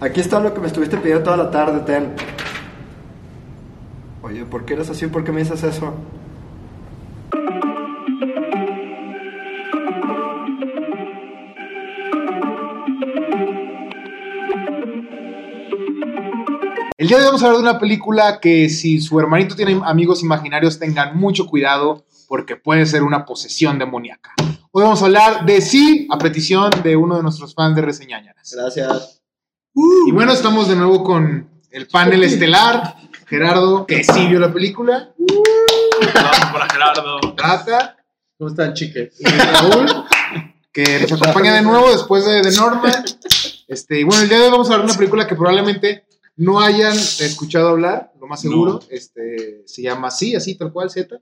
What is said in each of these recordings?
Aquí está lo que me estuviste pidiendo toda la tarde, Ten. Oye, ¿por qué eres así? ¿Por qué me dices eso? El día de hoy vamos a hablar de una película que si su hermanito tiene amigos imaginarios tengan mucho cuidado porque puede ser una posesión demoníaca. Hoy vamos a hablar de sí a petición de uno de nuestros fans de Reseñañanas. Gracias. Y bueno, estamos de nuevo con el panel estelar, Gerardo, que sí vio la película, Vamos para Gerardo. Trata ¿Cómo están, chiques? y Raúl, que nos acompaña de nuevo después de, de Norma. Este, y bueno, el día de hoy vamos a hablar de una película que probablemente no hayan escuchado hablar, lo más seguro. Este, se llama Sí, así tal cual, Z.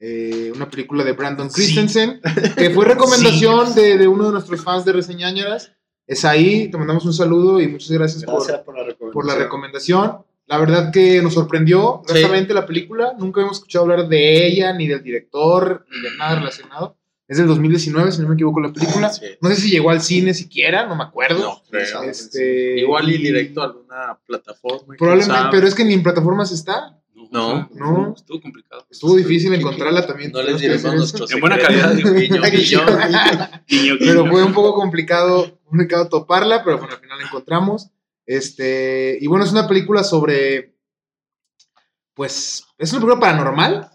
Eh, una película de Brandon Christensen, que fue recomendación de, de uno de nuestros fans de Reseñañeras. Es ahí, te mandamos un saludo y muchas gracias, Gracias por la recomendación. por, por la recomendación. La verdad que nos sorprendió Sí. gratamente la película. Nunca habíamos escuchado hablar de ella, ni del director, ni de nada relacionado. Es del 2019, si no me equivoco, la película. Sí. No sé si llegó al cine siquiera, no me acuerdo. No, creo. Este, Igual y directo a alguna plataforma. quién Probablemente, sabe. pero es que ni en plataformas está. No. No. Estuvo complicado. Estuvo difícil encontrarla también. No les tenemos que diremos decir nuestros En buena calidad, digo, guiño, eso. guiño, guiño, Pero guiño. fue un poco complicado, complicado toparla, pero bueno, al final la encontramos. Este, y bueno, es una película sobre. Pues, es una película paranormal.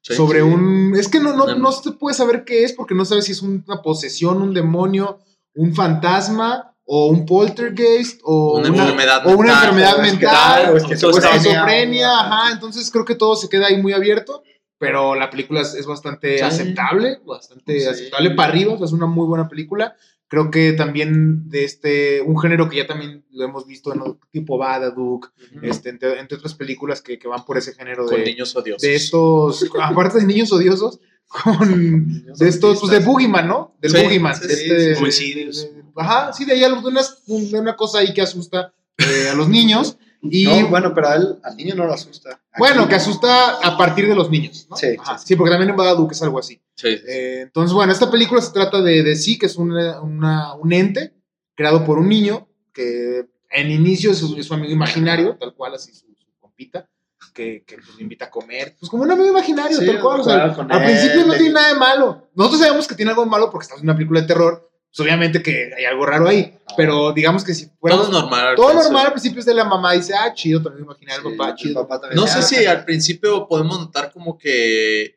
Sí. sobre un. Es que no, no, Una- no se puede saber qué es porque no sabes si es una posesión, un demonio, un fantasma o un poltergeist o Una enfermedad o una mental, enfermedad o es que mental tal, o o es que esquizofrenia. Ajá, entonces creo que todo se queda ahí muy abierto. Pero la película es, es bastante Sí. aceptable, bastante Sí. aceptable para arriba. o sea, es una muy buena película. Creo que también de este, un género que ya también lo hemos visto en otro- tipo Babadook, Ujú. este, entre, entre otras películas que, que van por ese género Con de, niños odiosos. de estos, aparte de niños odiosos, con Niños de estos, pues de autistas. Boogeyman, ¿no? Del Sí, Boogeyman. sí, de sí, este- sí. Homicidios. de- de- ajá, sí, de ahí algo- de unas- de una cosa ahí que asusta eh, a los niños. Y No, bueno, bueno, pero a él, al niño no lo asusta. Aquí- que asusta a partir de los niños, ¿no? Sí, Ajá, sí, sí, porque también en Babadook es algo así. Sí, sí. Eh, entonces, bueno, esta película se trata de, de sí, que es una- una- un ente creado por un niño que en inicio es su, es su amigo imaginario, tal cual, así su, su compita, que, que pues, le invita a comer, pues como un amigo imaginario, Sí, tal cual. o sea, juega con al él, principio no le- tiene nada de malo. Nosotros sabemos que tiene algo de malo porque estamos en una película de terror, pues obviamente que hay algo raro ahí, Ah. pero digamos que si Todo fuéramos- es normal. pues, Todo Alfonso. normal al principio es de la mamá, dice, ah, chido, también imaginario, Sí, el papá, el chido. papá también No dice, sé "Ah, si al principio podemos notar como que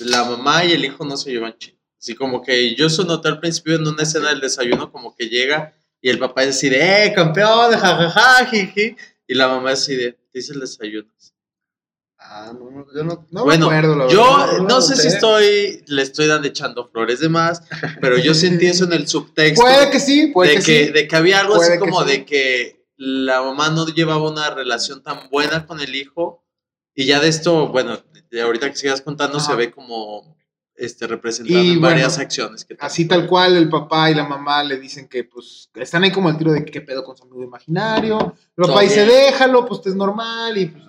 la mamá y el hijo no se llevan chido. Así como que yo eso noté al principio en una escena del desayuno, como que llega y el papá decir, ¡eh, campeón! ¡jajaja! jiji". Y la mamá decide, ¿te hice el desayuno? Ah, no, no, yo no. No Bueno, me acuerdo, la verdad. Yo no no sé si noté. estoy, le estoy dando echando flores de más, pero yo sentí eso en el subtexto. Puede que sí, puede de, Pues que, que, sí. de que había algo Puede así que como sí. de que la mamá no llevaba una relación tan buena con el hijo. Y ya de esto, bueno, de ahorita que sigas contando, Ajá. se ve como este, representado Y en bueno, varias acciones. Que así tal cual el papá y la mamá le dicen que pues están ahí como al tiro de que qué pedo con su amigo imaginario. El papá Todo dice, bien. déjalo, pues es normal y pues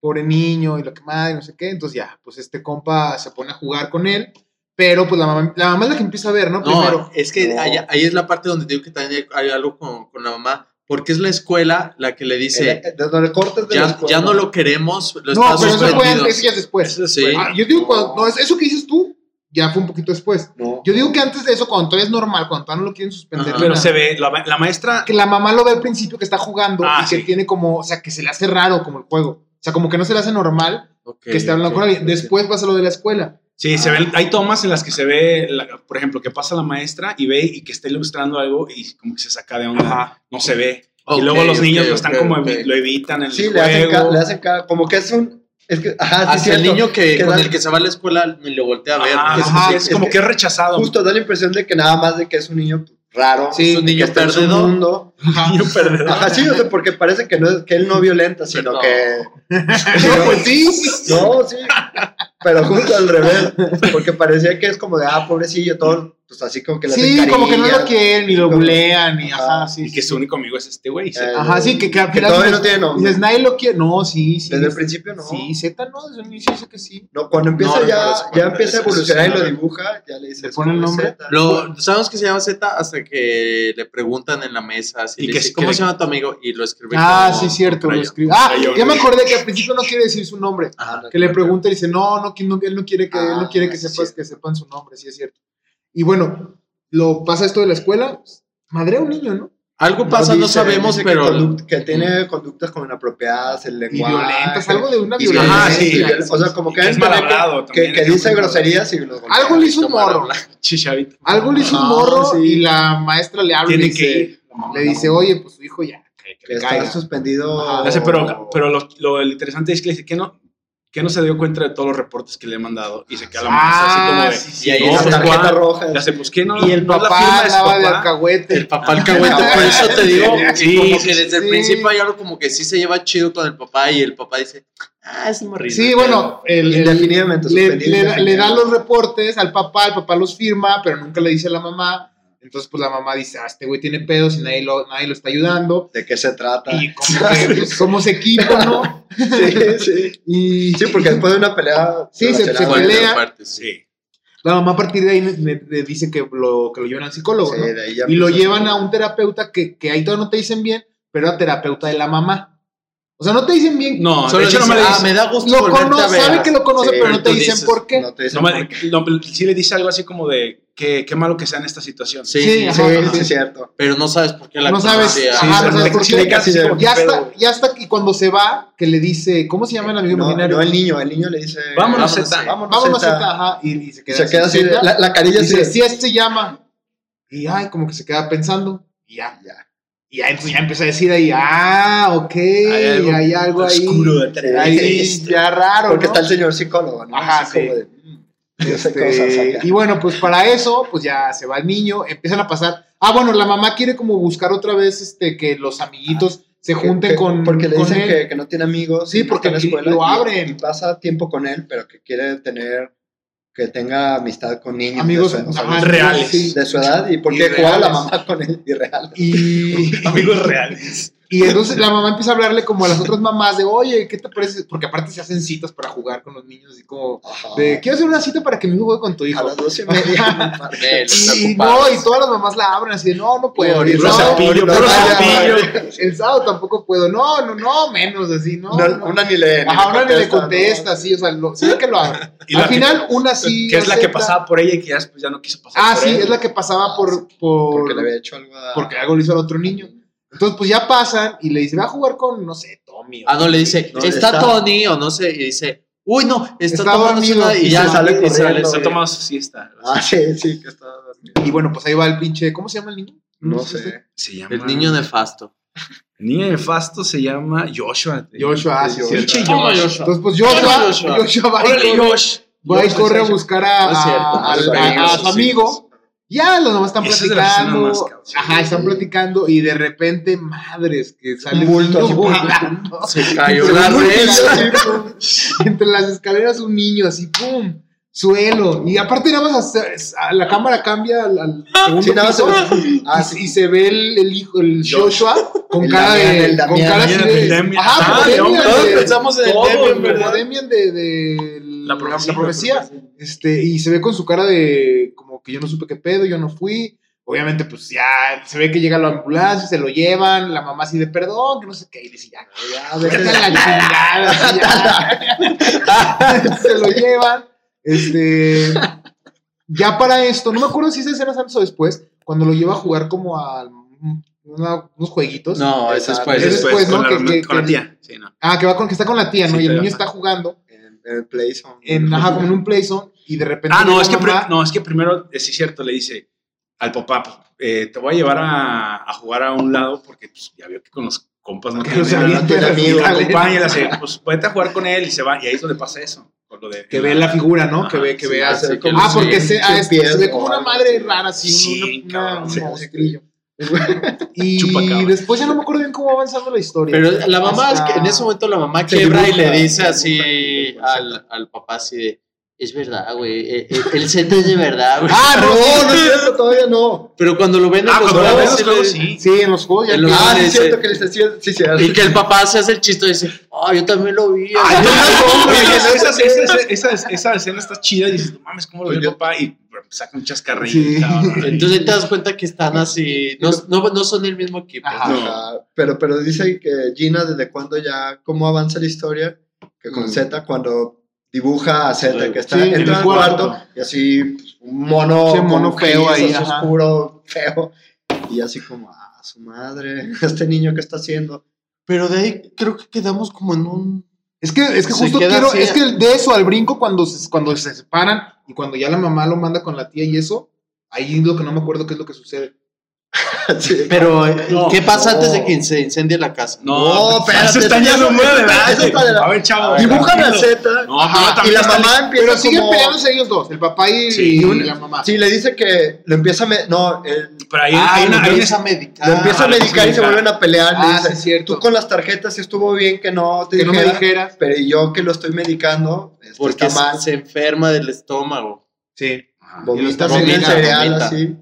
pobre niño y lo que más y no sé qué. Entonces ya, pues este compa se pone a jugar con él, pero pues la mamá, la mamá es la que empieza a ver, ¿no? No, Primero. es que No. Ahí, ahí es la parte donde digo que también hay, hay algo con, con la mamá, porque es la escuela la que le dice, el- el- Donde le cortes de la ya, escuela". ya no lo queremos, lo No, está pero eso fue suspendido. eso ya es después. Eso sí. Ah, yo digo, cuando, no, es- eso que dices tú ya fue un poquito después. No. Yo digo que antes de eso, cuando todavía es normal, cuando todavía no lo quieren suspender. Ajá. ni Pero nada. se ve, la, ma- la maestra. que la mamá lo ve al principio que está jugando Ah, y que sí. tiene como, o sea, que se le hace raro como el juego. O sea, como que no se le hace normal Ok, que esté hablando ok, con alguien. ok. Después pasa lo de la escuela. Sí, se ven, hay tomas en las que se ve, la- por ejemplo, que pasa la maestra y ve y que está ilustrando algo y como que se saca de onda. No se ve. Ok, y luego los ok, niños ok, lo están como ok. evi- lo evitan en el Sí, le juego. hacen, ca- le hacen ca- como que es un. Es que, ajá, Ah, sí, Hasta el cierto. niño que, que con da- el que se va a la escuela me lo voltea a ver. Ajá, que es- ajá, sí, es, es como que- que es rechazado. Justo da la impresión de que nada más de que es un niño raro. Sí, un que niño está en su perdedor. mundo. Niño perdedor. Ajá, sí, o sea, porque parece que, no, es- que él no violenta, sino No. que. No, pues sí. No, sí. Pero justo al revés. Porque parecía que es como de, ah, pobrecillo, todo pues así como que le Sí, hacen como que no carillas, lo quieren, ni lo como- bulean, y ajá, Ajá, sí. Y que sí. su único amigo es este güey. Eh, Ajá, sí, que, que al que final. todavía dices- no tiene nombre. Dices, nadie lo quiere. No, sí, sí. Desde el principio no. Sí, Z no, desde el inicio dice que sí. No, cuando empieza No, no, ya, no, no, ya no, empieza a no, no, evolucionar no, y lo no. dibuja, ya le dice. ¿Le pone el nombre? Lo, sabemos que se llama Z hasta que le preguntan en la mesa así, Y le que dice, es- ¿cómo que- se llama tu amigo? Y lo escribe. Ah, como- sí, cierto, como lo rayo. escribe. Ah, rayo, ya me güey. acordé que al principio no quiere decir su nombre. Ajá. Que le pregunta y dice, no, no, que no- él no quiere que, él no Ah, quiere que, sí, sepas, sí. que sepan su nombre, sí es cierto. Y bueno, lo pasa esto de la escuela, pues, madre a un niño, ¿no? Algo pasa, no, sabemos, pero... Que, conduct- que tiene conductas como inapropiadas, el Y lenguaje. violentas, algo de una y violencia, violencia. Ajá, sí, y violen- O sea, como que, Que es mal hablado que- también. que dice groserías y los Algo le hizo un Tomar morro. habla- Chichavito. Algo le hizo un Ah, morro sí. y la maestra le habla y le Tiene dice, que ir. le dice, oye, pues su hijo ya. le que está caiga. suspendido. Ajá. Ya sé, pero, pero lo, lo interesante es que le dice que no, que no se dio cuenta de todos los reportes que le he mandado y se queda la maestra así Ah, como de, sí, sí. Y ahí Y no, la está pues, tarjeta Juan, roja. Ya sé, pues que no. Y el no la papá firma de su andaba de papá. alcahuete. El papá alcahuete, por eso te digo. Sí, como sí, que desde sí. el principio hay algo como que sí se lleva chido con el papá y el papá dice, ah, es morrido. Sí, bueno, el, el- Indefinidamente. le, le- suspendido le da indefinidamente. los reportes al papá, el papá los firma, pero nunca le dice a la mamá. Entonces, pues la mamá dice, ah, este güey tiene pedos y nadie lo, nadie lo está ayudando. ¿De qué se trata? Y como que pues, somos equipo, ¿no? Sí, sí. Y Sí, porque después de una pelea. Sí, se- se relacionada- Bueno, pelea. aparte, sí. Sí. la mamá a partir de ahí le- le- le dice que lo, que lo lleven al psicólogo, Sí, ¿no? de ahí ya Y lo empieza- llevan a un terapeuta que, que ahí todavía no te dicen bien, pero era terapeuta de la mamá. O sea, no te dicen bien. No, Solo de hecho no dice, me le ah, dice. me da gusto lo volverte a conoce, ver. sabe que lo conoce, Sí, pero no pero te tú dicen dices, por qué. No te dicen No me- por qué. no, sí le dice algo así como de qué, qué malo que sea en esta situación. Sí, Sí, sí, ajá. Sí, no, sí, sí. es cierto. pero no sabes por qué la no cosa sabes, así, ajá, ah, no sabes por sí, qué. sí, casi se- ya pero- está, ya está, y cuando se va, que le dice, ¿cómo se llama el amigo No, imaginario? no, el niño, el niño le dice. Vámonos, Zeta. vámonos, Vámonos, Zeta. Zeta, ajá, y, y se Y queda, se queda así, de- Zeta, la, la y carilla así. dice, de- sí, este llama. Y ay, como que se queda pensando, y ya. Ya. Y ya, entonces ya empieza a decir ahí, ah, ok, hay algo, hay algo ahí. oscuro detrás. ahí ya raro. este, Porque ¿no? está el señor psicólogo, ¿no? Ajá, Así como sí. de, mm, no sé Este, cosas acá. y bueno, pues para eso, pues ya se va el niño, empiezan a pasar. Ah, bueno, la mamá quiere como buscar otra vez este que los amiguitos se junten Que- con. Porque le con dicen él. que, que no tiene amigos. Sí, y no porque está en y- lo y- abren. Y, pasa tiempo con él, pero que quiere tener. Que tenga amistad con niños. amigos de su, o sea, ajá, de- reales. sí. de su edad. ¿Y por qué Irreales. juega la mamá con él? Irreal. Y, Amigos reales. y entonces la mamá empieza a hablarle como a las otras mamás de, oye, ¿qué te parece? Porque aparte se hacen citas para jugar con los niños, así como, Ajá. de, quiero hacer una cita para que mi hijo juegue con tu A hijo. las dos y media. en un parque. de él, está Y ocupado. no, y todas las mamás la abren así, de, no, no puedo. Pobre, el Puro No, sábado- sapillo, no, puro no, sapillo. El sábado tampoco puedo. No, no, no, menos así, no. No, no. Una ni le. ni Ajá, una ni le ¿no? contesta, sí, o sea, lo, sí que lo abre. Y Al la que- final, una sí. Que es la que acepta. pasaba por ella y que ya, después ya no quiso pasar Ah, por sí, él. es la que pasaba por. Ah, Porque por le había hecho algo a. porque algo le hizo al otro niño. Entonces, pues ya pasan y le dice, va a jugar con, no sé, Tommy. o- Ah, no, le dice, No, está, está- Tony, o no sé, y dice, uy, no, está, Está tomando dormido. una- Y y ya se sale y se sale. corriendo. Se ha tomado su siesta. Ah, sí, sí, que estaba dormido. Y bueno, pues ahí va el pinche. ¿Cómo se llama el niño? No usted. sé. Se llama... El niño nefasto. El niño nefasto se llama Joshua. Joshua, ah, sí, Joshua. cierto. Pinche Toma, Josh. Joshua. Entonces, pues Órale, Joshua, Joshua. Joshua va y Órale, corre, Josh. va y Joshua, corre a Joshua. buscar a, No es cierto, a- a sus al- a- a amigos, su sus hijos. amigo. Ya los demás están Esa es de la escena platicando. más cabrón. ajá, están Sí. platicando y de repente, madres, que sale Un bulto un niño así, pum, volando. Se cayó Entre la las red. escaleras, pum. Entre las escaleras un niño así, pum, suelo. Y aparte nada más hace- a la cámara cambia al, al segundo Sí, nada más piso se- Ah, y, y se ve el, el hijo, el Joshua, con El cara Damián, de... el con Damián. cara así Damián, el de... Damián. Ajá, Ah, pues, de Damián, hombre, Todos de- pensamos en el Todos, Demian, como ¿verdad? Demian de, de La profecía. Este, y se ve con su cara de como que yo no supe qué pedo, yo no fui. Obviamente, pues ya se ve que llega la ambulancia, se lo llevan, la mamá así de perdón, que no sé qué, y dice ya, ya, a vete veces- a la chingada, así, ya. se lo llevan. Este, ya para esto, no me acuerdo si esa escena es antes o después, cuando lo lleva a jugar como a una- unos jueguitos. No, ese es Pues Es después. Ese- después, después, ¿no? con, Que- la, que- con la que- tía. Sí, no. Ah, que va con que está con la tía, ¿no? Sí, y el todavía, niño ajá. está jugando En en el Playzone. en, ajá, como en un playzone y de repente. Ah, no llega es, que la pri- mamá. no, es que primero, eh, sí es cierto, le dice al papá, pues, eh, te voy a llevar a, a jugar a un lado porque pues, ya vio que con los compas no Que tiene los nada. avienta a tiene la amigos, Y la chingada. acompaña y le hace, pues vete a jugar con él y se va. Y ahí es donde pasa eso. con lo de- Que ve la figura, ¿no? que Ajá, ve, que sí, ve a- ya se ve como Ah, un porque se, ah, pinche es- se ve pie como o una algo madre así. rara, así, Sí, una- cabrón, una- sí, un sí. monstrillo. Y Chupacabra. después ya no me acuerdo bien cómo va avanzando la historia. Pero la mamá, es Hasta- que en ese momento la mamá Se quiebra y dibuja, le dice se así dibuja. al, al papá así de, Es verdad, güey. e, eh, eh, El, Z es de verdad, güey. Ah, No, no es cierto, todavía no. Pero cuando lo ven en Ah, los cuando la ves juegos, los sí juegos, le- sí. Sí, en los juegos ya. En los- Ah, Ah, sí, ese- es cierto que les decía. Sí, sí, Y que el papá se hace el chiste y dice, ah, yo también lo vi. Ay, güey". Oye, esa, esa- esa- esa- esa- esa escena está chida y dices, no mames, ¿cómo lo vio el papá? Y bro, saca un chascarrillo. Sí. cabrón. Entonces te das cuenta que están así, no, no, no son el mismo equipo. Ajá. Ajá, pero, pero dice que Gina, desde cuando ya, cómo avanza la historia, que con Mm. Z, cuando dibuja a Z, Claro. que está Sí, en en el el cuarto, cuarto. y así pues, un mono, Sí, mono con feo ahí, gris, así ajá. oscuro, feo, y así como, ah, su madre, este niño que está haciendo. Pero de ahí creo que quedamos como en un... Es que, es que Se justo queda quiero, así. es que de eso al brinco cuando se, cuando se separan y cuando ya la mamá lo manda con la tía y eso, ahí lo que no me acuerdo qué es lo que sucede. Sí. Pero, eh, No, ¿qué pasa no. antes de que se incendie la casa? No, espérate, eso está eso ya ya no es- muy eso adelante. está de la- A ver, chavo. Dibujan a tranquilo. Z, No, pero y también la está mamá empieza Pero siguen como- peleándose ellos dos, el papá y, Sí. y la mamá. Sí, le dice que lo empieza a... me- no, el- Pero ahí Ah, hay lo una. hay una- empieza a medicar. lo empieza a lo empieza a medicar y se medicar. vuelven a pelear. le Ah, dice, sí, es cierto. Tú con las tarjetas sí estuvo bien que no te que no me dijera, dijeras. pero yo que lo estoy medicando, este, Porque está mal. se, se enferma del estómago. Sí. Ajá. Vomita Y los en el vomita, cereal vomita. así.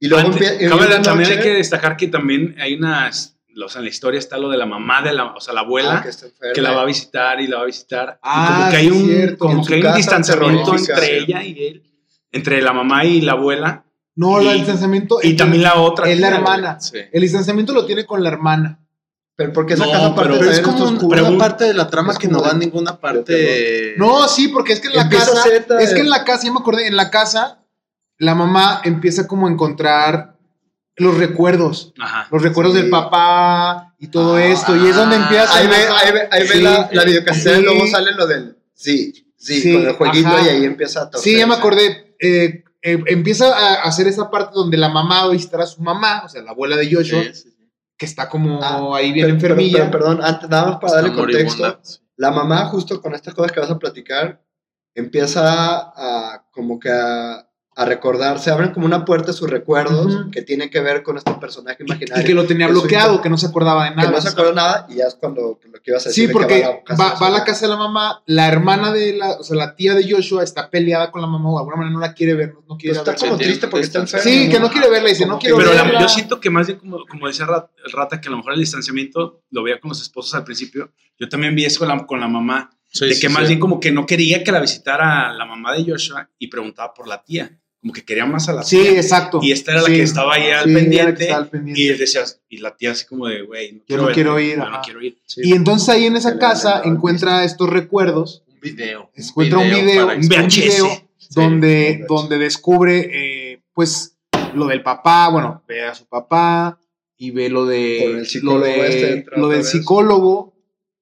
Y luego Antes- empie- en cabe- una también hay noche- que destacar que también hay unas. O sea, en la historia está lo de la mamá de la. O sea, la abuela. Ah, que, está enferma. que la va a visitar y la va a visitar. Ah, y como sí, que hay un, cierto. como En que su hay un casa distanciamiento terrorífica, entre sí. ella y él, entre la mamá y la abuela, No, Y- el distanciamiento. y también la otra. Es la tía, hermana. Sí. El distanciamiento lo tiene con la hermana. Pero porque esa No, casa aparte pero también es está como un- oscura. una pregun- parte de la trama es que como no va a de- ninguna parte. No, sí, porque es que en la Empieza casa. Z, Es que eh. en la casa, ya me acordé, en la casa, la mamá empieza como a encontrar los recuerdos. güey. Ajá. Los recuerdos Sí. del papá y todo Ah, esto. Y es donde empieza. Ahí ve, ahí ve, ahí ve Sí. la, la videocasetera Sí. y luego sale lo del... Sí, sí, Sí, con el jueguito ajá. y ahí empieza a torcer. Sí, ya me acordé. eh, eh, empieza a hacer esa parte donde la mamá va a visitar a su mamá, o sea, la abuela de Joshua, Sí, sí, sí. que está como Ah, ahí bien Pero, pero- enfermilla. pero perdón, antes, nada más para darle Está contexto. moribunda. Sí. La mamá, justo con estas cosas que vas a platicar, empieza a como que a, a recordar, se abren como una puerta sus recuerdos Ujú. que tienen que ver con este personaje y imaginario. que lo tenía Eso bloqueado, hizo- que no se acordaba de que nada. no se acuerda nada y ya es cuando lo que ibas a decir. Sí, de que porque de va, su va a la mamá. casa de la mamá, la hermana de la, o sea, la tía de Joshua está peleada con la mamá, o de alguna manera no la quiere ver, no quiere Pues ir a está verla. como Sí, triste tiene- porque está enfermo. Sí, que no quiere verla, dice, Como no que- quiero Pero la- verla. yo siento que más bien, como, como decía Rat- el Rata, que a lo mejor el distanciamiento lo veía con los esposos al principio. Yo también vi eso con la, con la mamá, Sí, de sí, que más sí. bien como que no quería que la visitara la mamá de Joshua y preguntaba por la tía, como que quería más a la Sí, tía. exacto. Y esta era la Sí. que estaba Sí, ahí al era la que pendiente. estaba al pendiente. Y decías, y la tía así como de, güey, no Yo no verte, quiero ir, yo ajá. no quiero Eh, ir. Y entonces ahí en esa Que le casa aventaron, encuentra estos recuerdos, Un video. encuentra un video, para un video, VHS. donde, VHS. donde descubre, eh, pues, lo del papá, bueno, ve a su papá y ve lo Con de, el lo, psicólogo de- este entra lo otra del vez. psicólogo,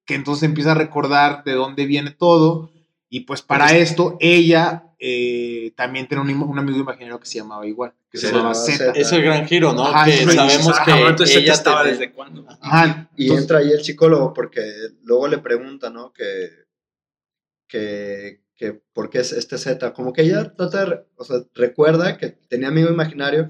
que entonces empieza a recordar de dónde viene todo, y pues para esto ella eh, también tiene un, im- un amigo imaginario que se llamaba igual, que se Sí, llamaba sí. Zeta. Es el gran giro, ¿no? Ajá, que eso es- sabemos Ah, que cabrón, entonces ella estaba tenía- desde cuándo. Ajá, Y entonces- entra ahí el psicólogo porque luego le pregunta, ¿no? Que, que, que por qué es este Z. Como que ella trata, de re- o sea, recuerda que tenía amigo imaginario,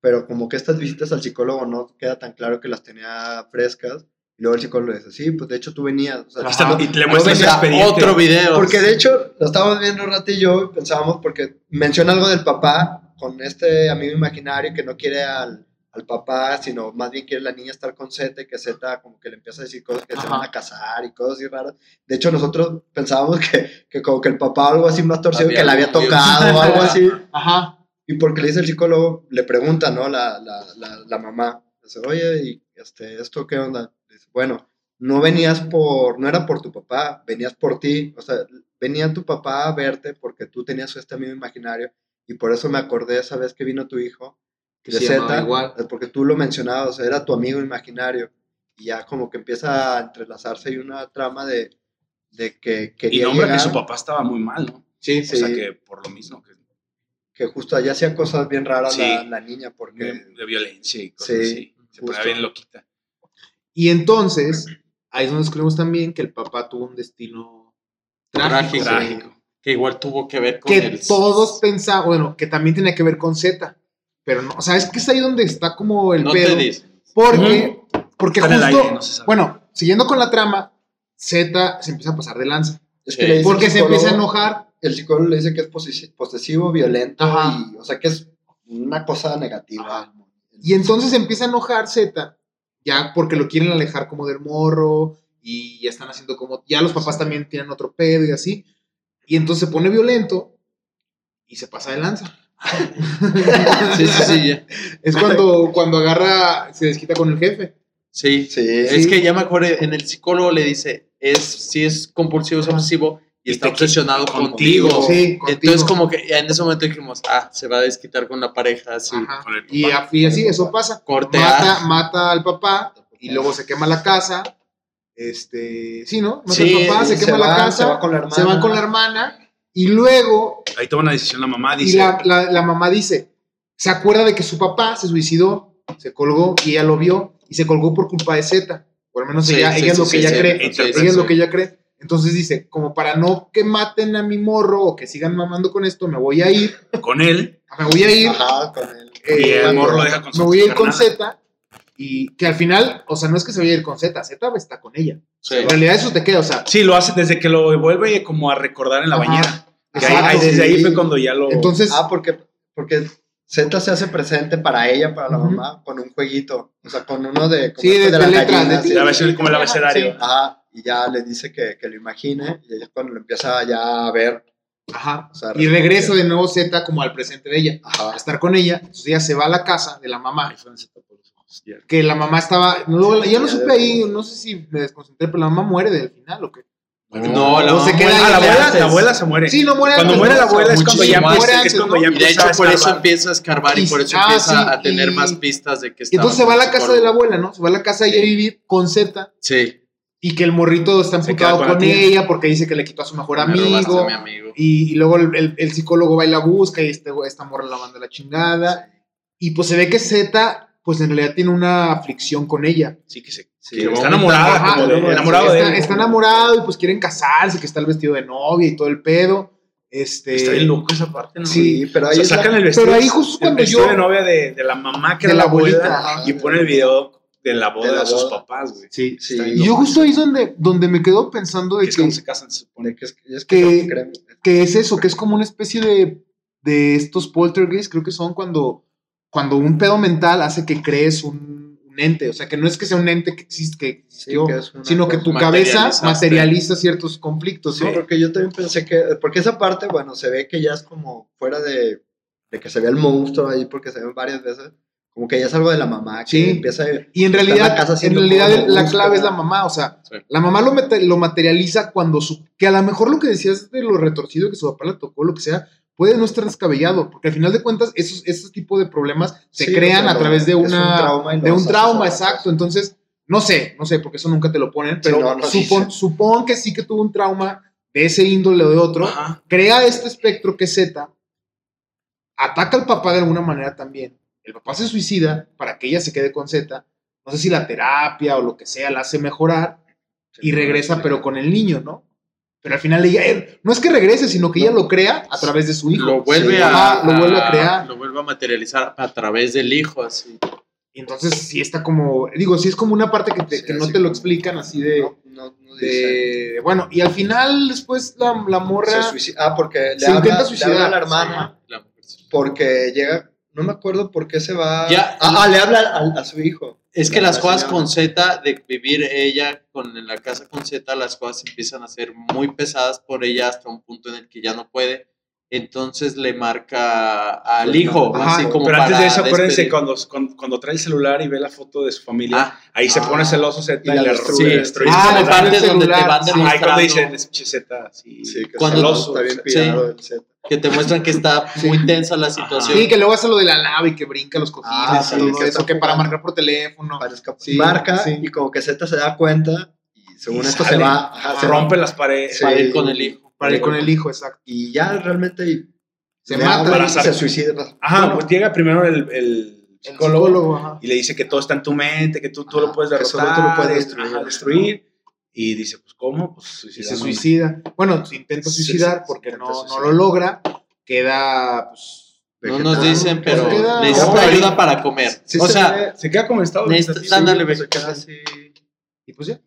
pero como que estas visitas al psicólogo no queda tan claro que las tenía frescas. Y luego el psicólogo le dice, sí, pues de hecho tú venías. o sea, Aquí está- Ajá. y le No muestras el ah, venía expediente. Otro video. Porque de hecho, lo estábamos viendo Rata y yo y pensábamos, porque menciona algo del papá con este amigo imaginario que no quiere al, al papá, sino más bien quiere la niña estar con Z, que Z como que le empieza a decir cosas que se Ajá. van a casar y cosas así raras. De hecho, nosotros pensábamos que, que como que el papá o algo así más torcido Había que la había algún dios. tocado o algo así. ajá. Y porque le dice el psicólogo, le pregunta, ¿no? La, la, la, la mamá, dice, oye, ¿y este, esto qué onda? Dice, bueno, no venías por, no era por tu papá, venías por ti, o sea, venía tu papá a verte porque tú tenías este amigo imaginario y por eso me acordé esa vez que vino tu hijo, que de se llamaba Zeta, igual. porque tú lo mencionabas, o sea, era tu amigo imaginario. Y ya como que empieza a entrelazarse y una trama de, de que Y quería nombra llegar, que su papá estaba muy mal, ¿no? Sí, sí. O sea que por lo mismo, que que justo allá hacía cosas bien raras Sí. la, la niña porque... de violencia y cosas Sí, así. Se ponía justo. bien loquita. Y entonces, ahí es donde descubrimos también que el papá tuvo un destino trágico. Trágico. Trágico. Que igual tuvo que ver con que el- todos pensaban, bueno, que también tenía que ver con Z, pero no, o sea, es que es ahí donde está como el No te pedo, dicen. porque, porque Está en justo, el aire, no se sabe. bueno, siguiendo con la trama, Z se empieza a pasar de lanza, Es Sí. le dice porque el se empieza a psicólogo- enojar el psicólogo le dice que es posi- posesivo, violento, Ajá. y, o sea, que es una cosa negativa. Y entonces empieza a enojar Z, ya porque lo quieren alejar como del morro, y ya están haciendo como, ya los papás también tienen otro pedo y así. Y entonces se pone violento y se pasa de lanza. Sí, sí, sí, ya. Es cuando, cuando agarra, se desquita con el jefe. Sí. Sí, Es que ya me acuerdo, en el psicólogo le dice, es, si es compulsivo, es obsesivo y Y está te qui- obsesionado contigo. contigo. Sí, Entonces como que ya en ese momento dijimos, ah, se va a desquitar con la pareja, así, Ajá. Con el Y papá. af- y así, eso pasa. corte A. Mata, mata al papá y luego se quema la casa. Este, sí, ¿no? Mata Sí, al papá, se se quema la van, casa, se van con la hermana. se van con la hermana y luego Ahí toma una decisión la mamá, Y dice. la, la- la mamá dice, se acuerda de que su papá se suicidó, se colgó y ella lo vio y se colgó por culpa de Z. Por lo menos Sí, ella, sí, ella es sí, lo sí, que ella sí, cree. sí, sí, ella sí, es lo sí. que ella cree. Entonces dice, como para no que maten a mi morro o que sigan mamando con esto, me voy a ir, con él. me voy a ir. Ajá, con él. Y eh, el morro lo deja con me su voy a ir con carnala. Z y que al final, o sea, no es que se vaya a ir con Z, Z está con ella. Sí. En realidad eso te queda, o sea, Sí, lo hace desde que lo vuelve como a recordar en la Ajá. bañera. Que ahí- exacto, ahí- desde ahí sí. fue cuando ya lo. Entonces, Ah, porque, porque Z se hace presente para ella, para la Ujú. mamá, con un jueguito. O sea, con uno de. Como Sí, este de- de letras, de sí. a veces como el abecedario. Ah, Ajá, y ya le dice que, que lo imagine, y ella es cuando lo empieza ya a ver. ajá, o sea, y regresa de nuevo Z como al presente de ella. a Ajá. estar con ella. Entonces ella se va a la casa de la mamá, Ahí fue donde se tapó los ojos. Ya. que la mamá estaba. No, Sí, ya no ya supe de- ahí, no sé si me desconcentré, pero la mamá muere del final o qué. No, la No mamá se queda muere. Ah, la ahí abuela, antes. la abuela se muere. Sí, no muere Cuando antes, muere ¿no? la abuela es cuando ya Muchísimo empieza, antes, es cuando ¿no? ya Y de empieza hecho a por eso escarbar. empieza a escarbar y Y- por eso ah, empieza sí, a tener y- más pistas de Y que está. entonces se va a la casa de la abuela, ¿no? Se va a la casa y a vivir con Z. Sí. Y que el morrito está Se queda emputado con con, la tía. ella porque dice que le quitó a su mejor Me robaste a amigo. mi amigo. Y, y luego el, el- el psicólogo va y la busca y este, güey- esta morra la manda a la chingada. Y pues se ve que Z, pues en realidad tiene una aflicción con ella. Sí, que se. Sí, que está vomita, enamorada, Ajá, Ah, como de- luego- enamorado de está, él. está enamorado y pues quieren casarse, que está el vestido de novia y todo el pedo. Este, Está bien loco esa parte, ¿no? Sí, pero O ahí sea, es la- sacan el vestido. pero ahí justo el cuando vestido yo- de novia de, de la mamá que de la era la abuela, abuela. ajá, Y pone el video de la boda De de, la sus boda. papás, güey. Sí. Sí, Está bien Y yo justo ahí es donde, donde me quedo pensando Que de es que, cuando se casan, se supone. de que es, es que que- no creemos. que es eso, que es como una especie de, de estos poltergeists, creo que son cuando, cuando un pedo mental hace que crees un, un ente. O sea, que no es que sea un ente que, existe, que Sí, existió, que es una sino que cosa- tu cabeza Materializaste. materializa ciertos conflictos, ¿no? No, porque yo también pensé que. Porque esa parte, bueno, se ve que ya es como fuera de, de que se ve el monstruo ahí, porque se ven varias veces. Como que ya es algo de la mamá, que Sí. empieza a. Y en Está en la realidad, casa en haciendo realidad todo, el- la busca. clave es la mamá, o sea, Sí. la mamá lo, mate- lo materializa cuando su... Que a lo mejor lo que decías de lo retorcido que su papá le tocó, lo que sea, puede no estar descabellado, porque al final de cuentas esos, esos tipos de problemas se Sí, crean o sea, a lo- través de es una... trauma y de lo un haces trauma, hacer. exacto, entonces, no sé, no sé, porque eso nunca te lo ponen, pero no, no supon, dicen. supón que sí que tuvo un trauma de ese índole o de otro, Ajá. crea este espectro que es Z, ataca al papá de alguna manera también. El papá se suicida para que ella se quede con Z. No sé si la terapia o lo que sea la hace mejorar y regresa, pero con el niño, ¿no? Pero al final ella, él- no es que regrese, sino que ella lo crea a través de su hijo. Lo vuelve Sí, a, ajá, lo vuelve a crear. Lo vuelve a materializar a través del hijo, así. Y entonces sí está como, digo, sí es como una parte que, te- Sí, que no así te lo como- explican así de, No, no, no de- dicen. bueno, y al final después la, la morra... Se suicida- Ah, porque le Se habla, intenta le habla suicidar. a la hermana La mujer se- porque llega, no me acuerdo por qué se va. Ya. ah, ah, le habla al- a, su hijo. Es que La las cosas señora. con Z, de vivir ella con, en la casa con Z, las cosas empiezan a ser muy pesadas por ella hasta un punto en el que ya no puede. Entonces le marca al hijo, Ajá. así como Pero antes para de eso, acuérdense, despedir. cuando, cuando, cuando trae el celular y ve la foto de su familia, Ah, ahí se Ah. pone celoso Z Y y, la le destruye. le sí, Ah, es le como celular. pone partes el donde te celular, van sí. Ahí cuando dice, demostrando "Es pinche Z, sí. Sí, que Cuando- celoso, está bien Sí. pirado el set. que te muestran que está muy tensa la situación. Sí, que luego hace lo de la lava y que brinca los cojines Ah, y sí, todo que eso, está que para jugando. marcar por teléfono. para escapar. Sí, Marca sí. y como que Z se da cuenta y según Y esto se sale. va, Ah, ajá, Se se Ah, rompe las paredes. Sí. para ir con el hijo. Para ir con el hijo, exacto. y ya realmente y- Se le mata. habla y Abrazar. se suicida. Ajá, Bueno. pues llega primero el, el El psicólogo, psicólogo, Ah, ajá. y le dice que todo está en tu mente, que tú, tú Ajá, lo puedes que derrotar, solo tú lo puedes destruir. ajá, destruir. Y dice, pues, ¿cómo? Pues Y suicidándome. se suicida. Bueno, se intenta Sí, suicidar sí, porque intenta no, suicidar. no lo logra. Queda, pues... No nos Vegetado. dicen, pero Pues queda- necesitan Oye. ayuda para comer. Sí o se sea, ve- Se queda como en estado necesitan vegetativo. darle se vegetación. queda así. Y pues ya.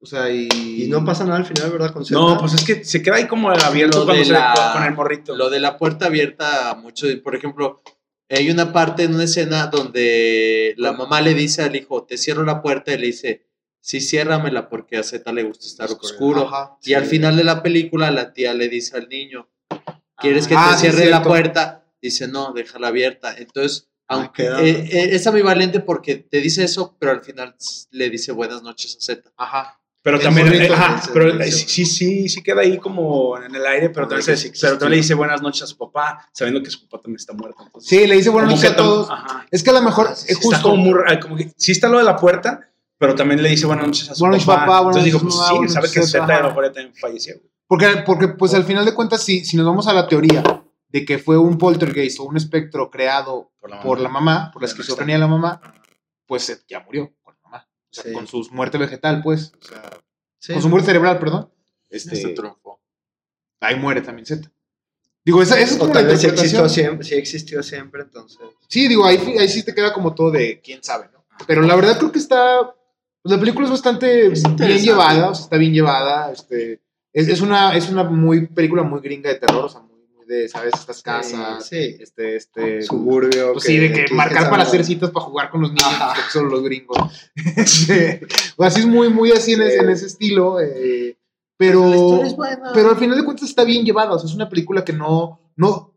O sea, y. Y no pasa nada al final, ¿verdad? Con No, Zeta. pues es que se queda ahí como abierto Lo cuando de se- la- con el morrito. Lo de la puerta abierta a muchos, por ejemplo, hay una parte en una escena donde la mamá le dice al hijo, te cierro la puerta, y le dice, sí, ciérramela porque a Z le gusta estar oscuro. Ajá, Y al final de la película la tía le dice al niño, ¿quieres que Ah, te sí, cierre cierto. la Ah, puerta? Dice, no, déjala abierta. Entonces, aunque queda- eh, eh, es ambivalente porque te dice eso, pero al final s- le dice buenas noches a Z. Ajá. Pero El también, morrito, eh, ajá, sí, pero sí, eh, sí. sí, sí, sí queda ahí como en el aire, pero Ah, también, que se- sí, pero sí. también le dice buenas noches a su papá, sabiendo que su papá también está muerto. entonces, Sí, le dice buenas como noches a que tam- todos. Ajá. Es que a lo mejor Ah, sí, es sí, Está como justo. muy, ra- como que sí está lo de la puerta, pero también le dice buenas noches a su Buenas noches, papá. papá, buenas Entonces digo, noches, pues mamá, sí, buenas sabe que noches, Z ajá. a lo mejor ya también falleció. Porque, porque, pues al final de cuentas, si, si nos vamos a la teoría de que fue un poltergeist o un espectro creado Por la mamá. por la mamá, por la Ya no esquizofrenia de la mamá, pues Seth ya murió con la mamá. O sea, Sí. con su muerte vegetal, pues. O sea, Sí. Con su muerte cerebral, perdón. Este, triunfo. Ahí muere también Z. Digo, esa, esa es O como la tal vez sí interpretación. existió siempre, sí existió siempre, entonces. Sí, digo, ahí, fi- ahí sí te queda como todo de quién sabe, ¿no? Pero la verdad creo que está. pues, la película es bastante bien interesante. llevada, o sea, está bien llevada. Este, es, es una, es una muy película muy gringa de terror, o sea, muy, muy de, ¿sabes? Estas casas, Sí. Ah, sí. este, este. Suburbio. pues sí, de que aquí marcar estás para hacer hablando. citas para jugar con los niños, porque son los gringos. Este, o así es muy, muy así en, ese, en ese estilo. eh, pero. La historia es buena. Pero al final de cuentas está bien llevada. O sea, es una película que no. no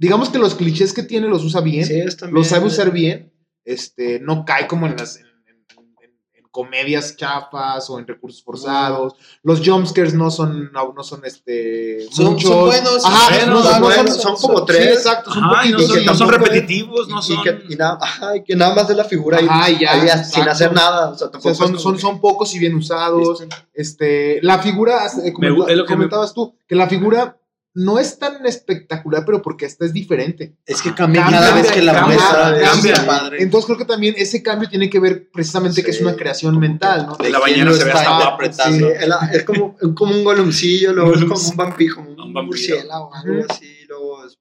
digamos que los clichés que tiene los usa bien. Sí, es también- los sabe usar bien. Este, no cae como en las. En, en- en- en comedias chafas o en recursos forzados. Los jumpscares no son, no, no son este. Son- muchos. son buenos, son Ajá, buenos, no, son no buenos, son como tres. Sí, exacto. Son Ajá, y no poquitos, son, sí. no son tampoco- repetitivos, no y son... que, y nada, ajá, y que nada más de la figura y, Ajá, y ya, ahí ya exacto. sin hacer nada. O sea, O tampoco sea, es son, como son, que- son pocos y bien usados. Este, la figura, eh, como Me gu- es lo que me- comentabas tú, que la figura no es tan espectacular, pero porque esta es diferente. Es que Ajá. cambia Cambia, cada vez que la cambia, muestra. cambia. está padre. Entonces creo que también ese cambio tiene que ver precisamente que es Sí, una creación como mental, ¿no? De la quién bañera lo se ve está hasta guapo. Sí, interpretando? es la- es como, es como un golumcillo, luego es como Golumcillo. un vampiro, como un, Un vampiro. murciélago, algo Ujú. así, luego es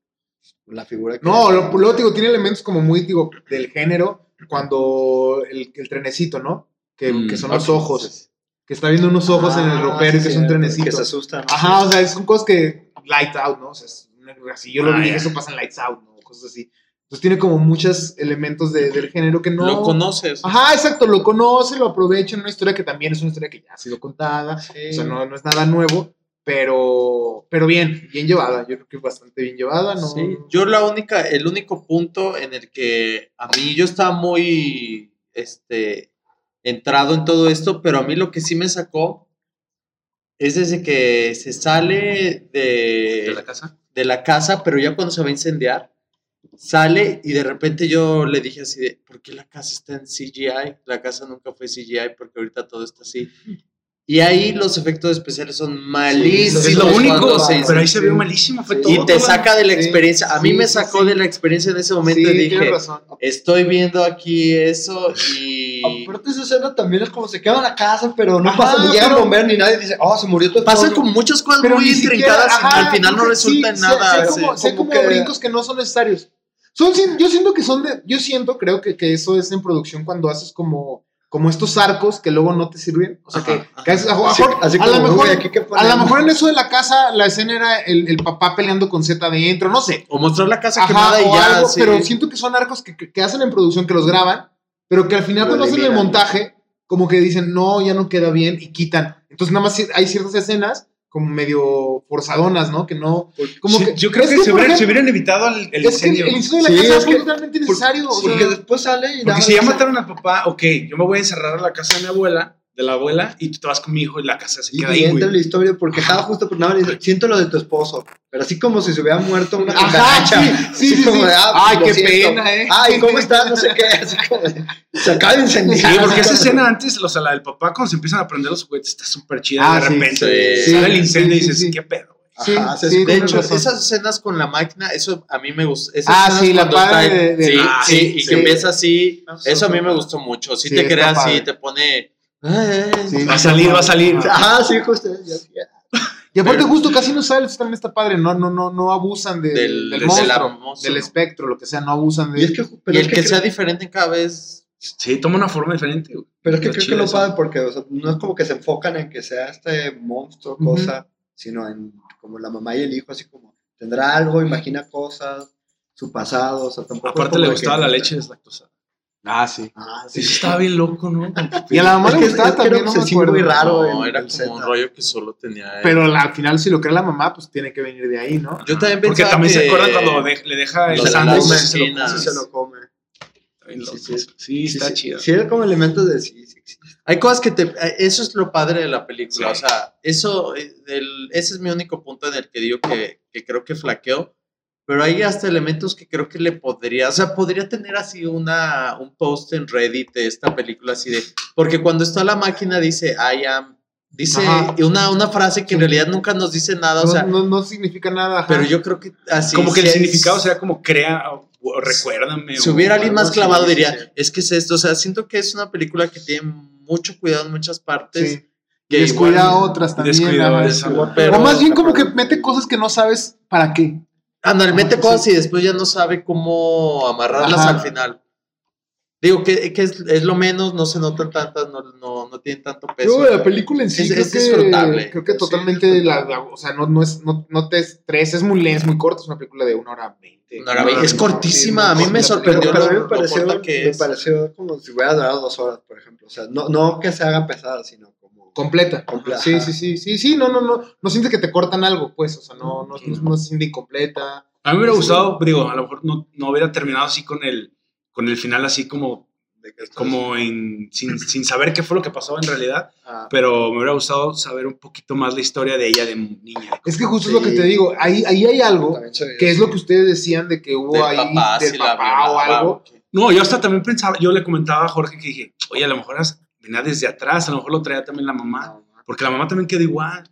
la figura que. No, lo- luego te digo, tiene elementos como muy, digo, del género, cuando el, el trenecito, ¿no? Que, Mm, que son los ok, ojos, que está viendo unos ojos en el Ah, ropero y que es sí, un cierto, trenecito. Que se asustan. ¿no? Ajá, o sea, son cosas que light out, ¿no? O sea, es una- así yo lo Ah, vi, ya. eso pasa en lights out, ¿no? Cosas así. Entonces tiene como muchos elementos de- del género que no. Lo conoces. Ajá, exacto, lo conoce, lo aprovecha en una historia que también es una historia que ya ha sido contada. Sí. O sea, no, no es nada nuevo, pero, pero bien, bien llevada. Yo creo que bastante bien llevada, ¿no? Sí, yo la única, el único punto en el que a mí yo estaba muy este, entrado en todo esto, pero a mí lo que sí me sacó es desde que se sale de, ¿De la casa? de la casa, pero ya cuando se va a incendiar, sale y de repente yo le dije así de, ¿por qué la casa está en CGI? La casa nunca fue CGI porque ahorita todo está así. Y ahí los efectos especiales son malísimos. Sí, lo único, cuando se pero ahí incendia. se vio malísimo, fue Sí. todo. Y te todo- saca de la Sí, experiencia. A mí sí, me sí, sacó sí. de la experiencia en ese Sí, momento y dije, tienes razón. estoy viendo aquí eso y Aparte, esa escena también es como se queda en la casa, pero no Ajá, pasa, ni llegan pero- a bombear ni nadie dice, oh, se murió tu pasan esposo". como muchas cosas pero muy ni siquiera, intrincadas y ajá, al final no porque resulta sí, en sí, nada. sí, sí. como, sí, Como como que- brincos que no son necesarios. Son, sin- yo siento que son de, yo siento, creo que, que eso es en producción cuando haces como, como estos arcos que luego no te sirven. O sea, Ajá, que, que haces- a, Así- a- así a como, lo mejor, "Uy, aquí qué a lo ponemos". mejor en eso de la casa, la escena era el, el papá peleando con Z adentro, no sé. O mostrar la casa Ajá, quemada y o ya. algo, sí. pero siento que son arcos que, que- que hacen en producción, que los graban, pero que al final Lo cuando hacen el eliminan. montaje, como que dicen, no, ya no queda bien y quitan. Entonces nada más ci- hay ciertas escenas como medio forzadonas, ¿no? Que no... Pues, Como Sí, que, yo creo es que, se, por hubieran, se ejemplo, hubieran evitado el, el es que incendio. el incendio de la Sí, casa es es, que- totalmente necesario. o Porque sea, después sale y nada Porque si ya más- mataron al papá, ok, yo me voy a encerrar a la casa de mi abuela, de la abuela, y tú te vas con mi hijo y la casa se Y, queda y ahí, entra güey. en la historia porque estaba justo por nada. le dice, Siento lo de tu esposo. Pero así como si se hubiera muerto una Ajá, cucaracha. sí, sí, Así sí, como sí. de, ah, Ay, lo qué siento. pena, ¿eh? Ay, ¿cómo estás? No sé qué. Así como de, se acaba de incendiar. Sí, porque esa escena antes, o sea, la del papá, cuando se empiezan a prender los juguetes, está súper chida. Ah, de sí, repente sí. sale Sí, el incendio y sí, dices, sí. ¿qué pedo? güey? Sí, Ajá, sí, sí, De tienes hecho, razón. esas escenas con la máquina, eso a mí me gustó. Ah, sí, la parte de- de- sí, Ah, sí, sí, y sí. que empieza así, Ah, sí, eso a mí sí. me gustó mucho. Si Sí, te está creas así, padre. te pone... "Ay, ay". Sí, Va a salir, va a salir. Ajá, sí, justo. ya, ya. Y aparte justo casi no sale, eso también está padre, no, no, no, no abusan de- del, Del- de la monstruo, monstruo. del espectro, lo que sea, no abusan de... Y es que, pero Y es el que creo- sea diferente en cada vez Sí, toma una forma diferente, güey. Pero es que Lo creo que chido lo es- padre porque o sea, no es como que se enfocan en que sea este monstruo, Ujú. cosa, sino en como la mamá y el hijo, así como tendrá algo, imagina cosas, su pasado, o sea, tampoco. es Aparte como le de gustaba que- la leche deslactosada. Ah, sí. Ah, sí. Sí, sí, estaba bien loco, ¿no? Y a la mamá Es le que- gustaba es que era también, no me obsesivo y acuerdo. raro. Claro, no, el- era el como Z. un rollo que solo tenía él. Pero la- al final, si lo crea la mamá, pues tiene que venir de ahí, ¿no? yo también Porque pensaba también se que- acuerdan cuando de- le deja el Lo de sándwich. las se lo come, esquinas. sí, se se lo lo come. Está bien loco. Sí, sí. Sí, está sí, chido. Sí, era como elementos de sí, sí, sí. Hay cosas que te. Eso es lo padre de la película. Sí. O sea, eso. eh, el- ese es mi único punto en el que digo que, que creo que flaqueó. Pero hay hasta elementos que creo que le podría. O sea, podría tener así una, un post en Reddit de esta película, así de. Porque cuando está la máquina dice I am. Dice Ajá. una, una frase que en realidad nunca nos dice nada. O No, sea, no, no significa nada. ajá. pero yo creo que así. como que el sí- significado sea como crea o, o recuérdame. Si o hubiera alguien algo más así, clavado, sí, diría, sí. es que es esto. O sea, siento que es una película que tiene mucho cuidado en muchas partes. Sí. que Descuida igual- otras también. Descuidado ajá. eso. Igual, pero- o más bien como que mete cosas que no sabes para qué. Ándale, mete Sí. cosas y después ya no sabe cómo amarrarlas Ajá. al final. Digo que, que es, es lo menos, no se notan tantas, no, no, no tienen tanto peso. Yo, la película en sí Es- creo, es que, disfrutable. creo que Sí, totalmente, la, la- o sea, no, no, es, no, no te estresa, es muy, es muy corta, es una película de una hora veinte. Una hora veinte, es cortísima, Ah, a mí me Pero, sorprendió pero a mí lo- lo me pareció, corta que me es. pareció como si hubiera durado dos horas, por ejemplo. O sea, no, no que se haga pesada, sino como. Completa. Completa, Sí, ajá. sí, sí, sí, sí, no, no, no, no sientes que te cortan algo, pues, o sea, no, no, no, no se siente incompleta. A mí me hubiera Sí. gustado, digo, a lo mejor no, no hubiera terminado así con el, con el final así como, de que esto es- como en- sin, sin saber qué fue lo que pasaba en realidad, ah, pero me hubiera gustado saber un poquito más la historia de ella de niña. Es que justo es lo que Sí. te digo, ahí, ahí hay algo también se- que es lo que ustedes decían de que hubo Del ahí papá, del si la papá o violaba, algo. que- No, yo hasta también pensaba, yo le comentaba a Jorge que dije, oye, a lo mejor as- venía desde atrás, a lo mejor lo traía también la mamá, porque la mamá también quedó igual.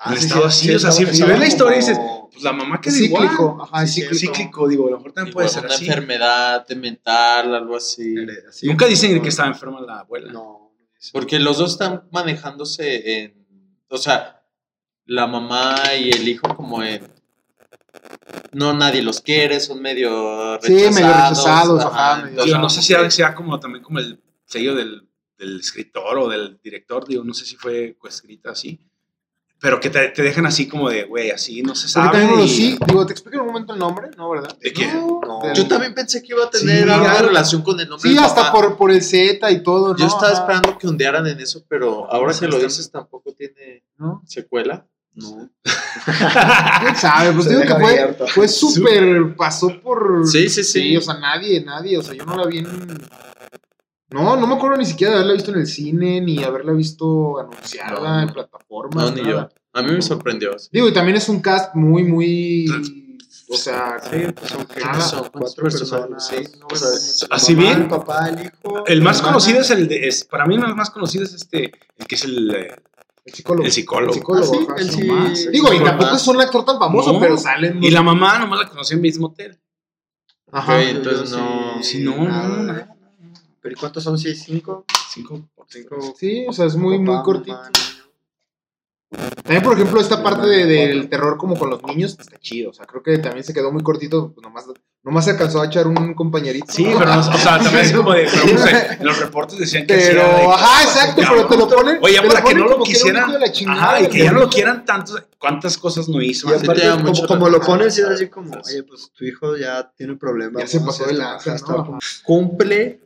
Ah, en el sí, estado sí, así, o sea, estaba- si- si estaba ves la historia y como- dices, Pues la mamá quedó Es igual. cíclico, ajá, es Sí, sí, cíclico. es Cíclico, digo, a lo mejor también puede igual ser una así. enfermedad mental, algo así. así. Nunca dicen No, que estaba enferma la abuela. No. Porque los dos están manejándose en. O sea, la mamá y el hijo, como en. No, nadie los quiere, son medio Sí, medio rechazados. rechazados, ajá, medio entonces, Digo, no sé si como que- sea como también como el sello del, del escritor o del director, digo, no sé si fue escrita así, pero que te, te dejan así como de, güey, así no se Porque sabe. también uno y- sí, digo, te explico en un momento el nombre, ¿no? ¿Verdad? ¿De quién? No. del- Yo también pensé que iba a tener Sí, alguna algo. relación con el nombre Sí, del hasta papá. por, por el Z y todo, ¿no? Yo estaba Ajá. esperando que ondearan en eso, pero ahora No, que lo está- dices tampoco tiene ¿No? secuela. No. ¿Quién sabe? Pues Se digo que deja fue, abierto. fue súper, pasó por... Sí, sí, sí. o sea, nadie, nadie, o sea, yo no la vi en... No, no me acuerdo ni siquiera de haberla visto en el cine, ni haberla visto anunciada No, en no. plataformas. No, ni yo. nada. A mí me sorprendió. Digo, y también es un cast muy, muy... O sea, Sí, pues son que- Nada. Son cuatro cuatro personas. personas, sí, no o pues, sea, es- así mamá, bien. El papá, el hijo. El más hermana. conocido es el de, es, para mí uno de los más conocidos es este, el que es el, eh, el psicólogo. el psicólogo. Ah, sí, ajá, él sí. sí. más. Digo, y Por tampoco más. es un actor tan famoso, No. pero salen... y la mamá nomás la conocí en mi mismo hotel. Ajá. Ok, entonces no- Sí, no, nada. no, no. ¿Pero y cuántos son? ¿Sí? ¿Cinco? Cinco, Cinco. Sí, o sea, es muy, muy Papá, cortito. mamá, También, por ejemplo, esta parte de- del Cuatro. terror como con los niños está chido. O sea, creo que también se quedó muy cortito. pues, nomás, nomás se alcanó a echar un compañerito. Sí, pero no, o sea, también es como de, pero, no sé, en los reportes decían que Pero, hacía de- ajá, exacto, pero te lo ponen. Oye, te para que ponen no lo como era un quisieran- hijo de la chingada, Ajá, y que ya no güey. lo quieran tanto, cuántas cosas no hizo. Y más Sí, te aparte, da como, mucho como lo respeto. pones, es así como, oye, pues tu hijo ya tiene problemas. Ya se ¿no? pasó Sí, de está- lanza, está ¿no? como- Cumple,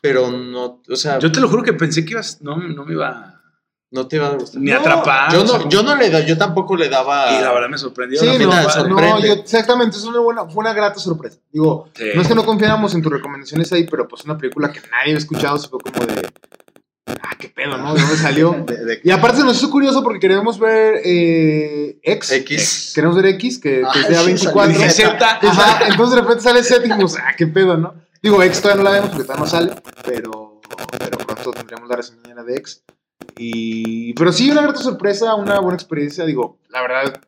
pero no, o sea, Yo te lo juro que pensé que ibas, no, no me iba no te iba a gustar. ni a No, atrapar. yo o sea, no, como- yo no le da, yo tampoco le daba. Ah, Y la verdad me sorprendió. Sí, la no, final verdad. no, sorprende. yo, exactamente, es una buena, fue una grata sorpresa. Digo, Sí. no es que no confiáramos en tus recomendaciones ahí, pero pues una película que nadie había escuchado, se fue como de, ah, qué pedo, ¿no? ¿De dónde salió? de- de- Y aparte se nos hizo curioso porque queremos ver eh, X, X. queremos ver X, que, que es de Ah, sí, A24. salió. Dije, "Z". Ajá, entonces de repente sale Z y dijimos, ah, qué pedo, ¿no? Digo, X todavía no la vemos porque todavía no sale, pero, pero pronto tendremos la reseña de X. Y, pero sí, una grata sorpresa, una buena experiencia, digo, la verdad,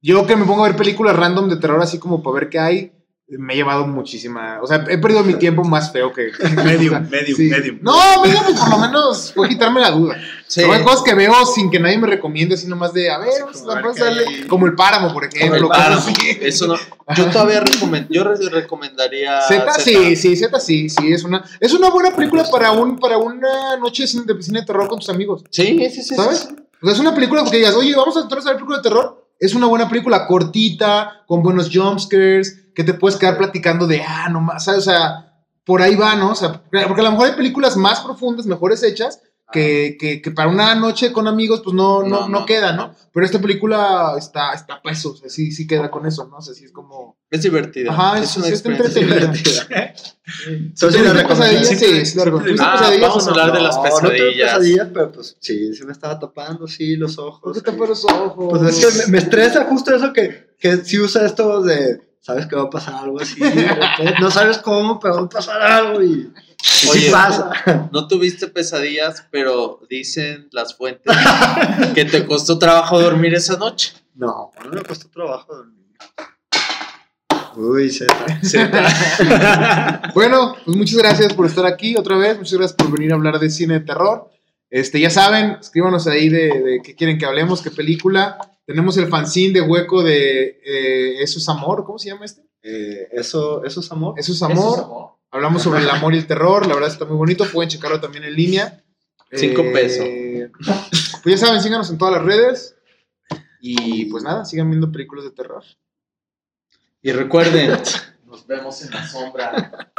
yo que me pongo a ver películas random de terror así como para ver qué hay, me he llevado muchísima. O sea, he perdido mi tiempo más feo que. Medium, o sea, medium, sí. medium. No, medium, pues, por lo menos voy a quitarme la duda. Sí. Pero hay cosas que veo sin que nadie me recomiende, así nomás de, a ver, vamos como a ver vamos qué a darle. hay. Como el páramo, por El ejemplo. cosas páramo, así. Eso no. Yo todavía recomen- yo re- recomendaría. Ah, Z, Pues, Zeta. sí, sí, Z, sí, sí, es una, es una buena película para, un, para una noche sin- de piscina de terror con tus amigos, Sí, sí, sí, sí. ¿sabes? O sea, es una película que digas, oye, vamos a entrar a ver película de terror, es una buena película, cortita, con buenos jumpscares, que te puedes quedar platicando de, ah, no más, ¿sabes? o sea, por ahí va, ¿no? O sea, porque a lo mejor hay películas más profundas, mejores hechas, que, que, que para una noche con amigos, pues no, no, no, No, no. queda, ¿no? Pero esta película está, está peso, o sea, sí, sí queda con eso, ¿no? O sea, sí es como... Es divertida. Ajá, es, es una sí está experiencia. entretenida. Entonces, "Pues, ¿Tuviste la recomendación. pesadillas? Sí, sí, la recomiendo. Ah, ¿Tuviste pesadillas o vamos a no? hablar de las No, No tuve pesadillas. pesadillas, pero pues sí, se me estaba tapando, sí, los ¿Por ojos. qué te sí. fue los ojos? Pues es que me, me estresa justo eso que, que si usa esto de, sabes que va a pasar algo así, de repente, no sabes cómo, pero va a pasar algo y, y sí Oye. pasa. No tuviste pesadillas, pero dicen las fuentes que te costó trabajo dormir esa noche. No, no me costó trabajo dormir. Uy, se Bueno, pues muchas gracias por estar aquí otra vez. Muchas gracias por venir a hablar de cine de terror. Este, ya saben, escríbanos ahí de, de qué quieren que hablemos, qué película. Tenemos el fanzine de hueco de eh, Eso es amor. ¿Cómo se llama este? Eh, eso, eso es amor. Eso es amor. Hablamos sobre el amor y el terror. La verdad está muy bonito. Pueden checarlo también en línea. Eh, Cinco pesos. Pues ya saben, síganos en todas las redes. Y pues nada, sigan viendo películas de terror. Y recuerden, nos vemos en la sombra.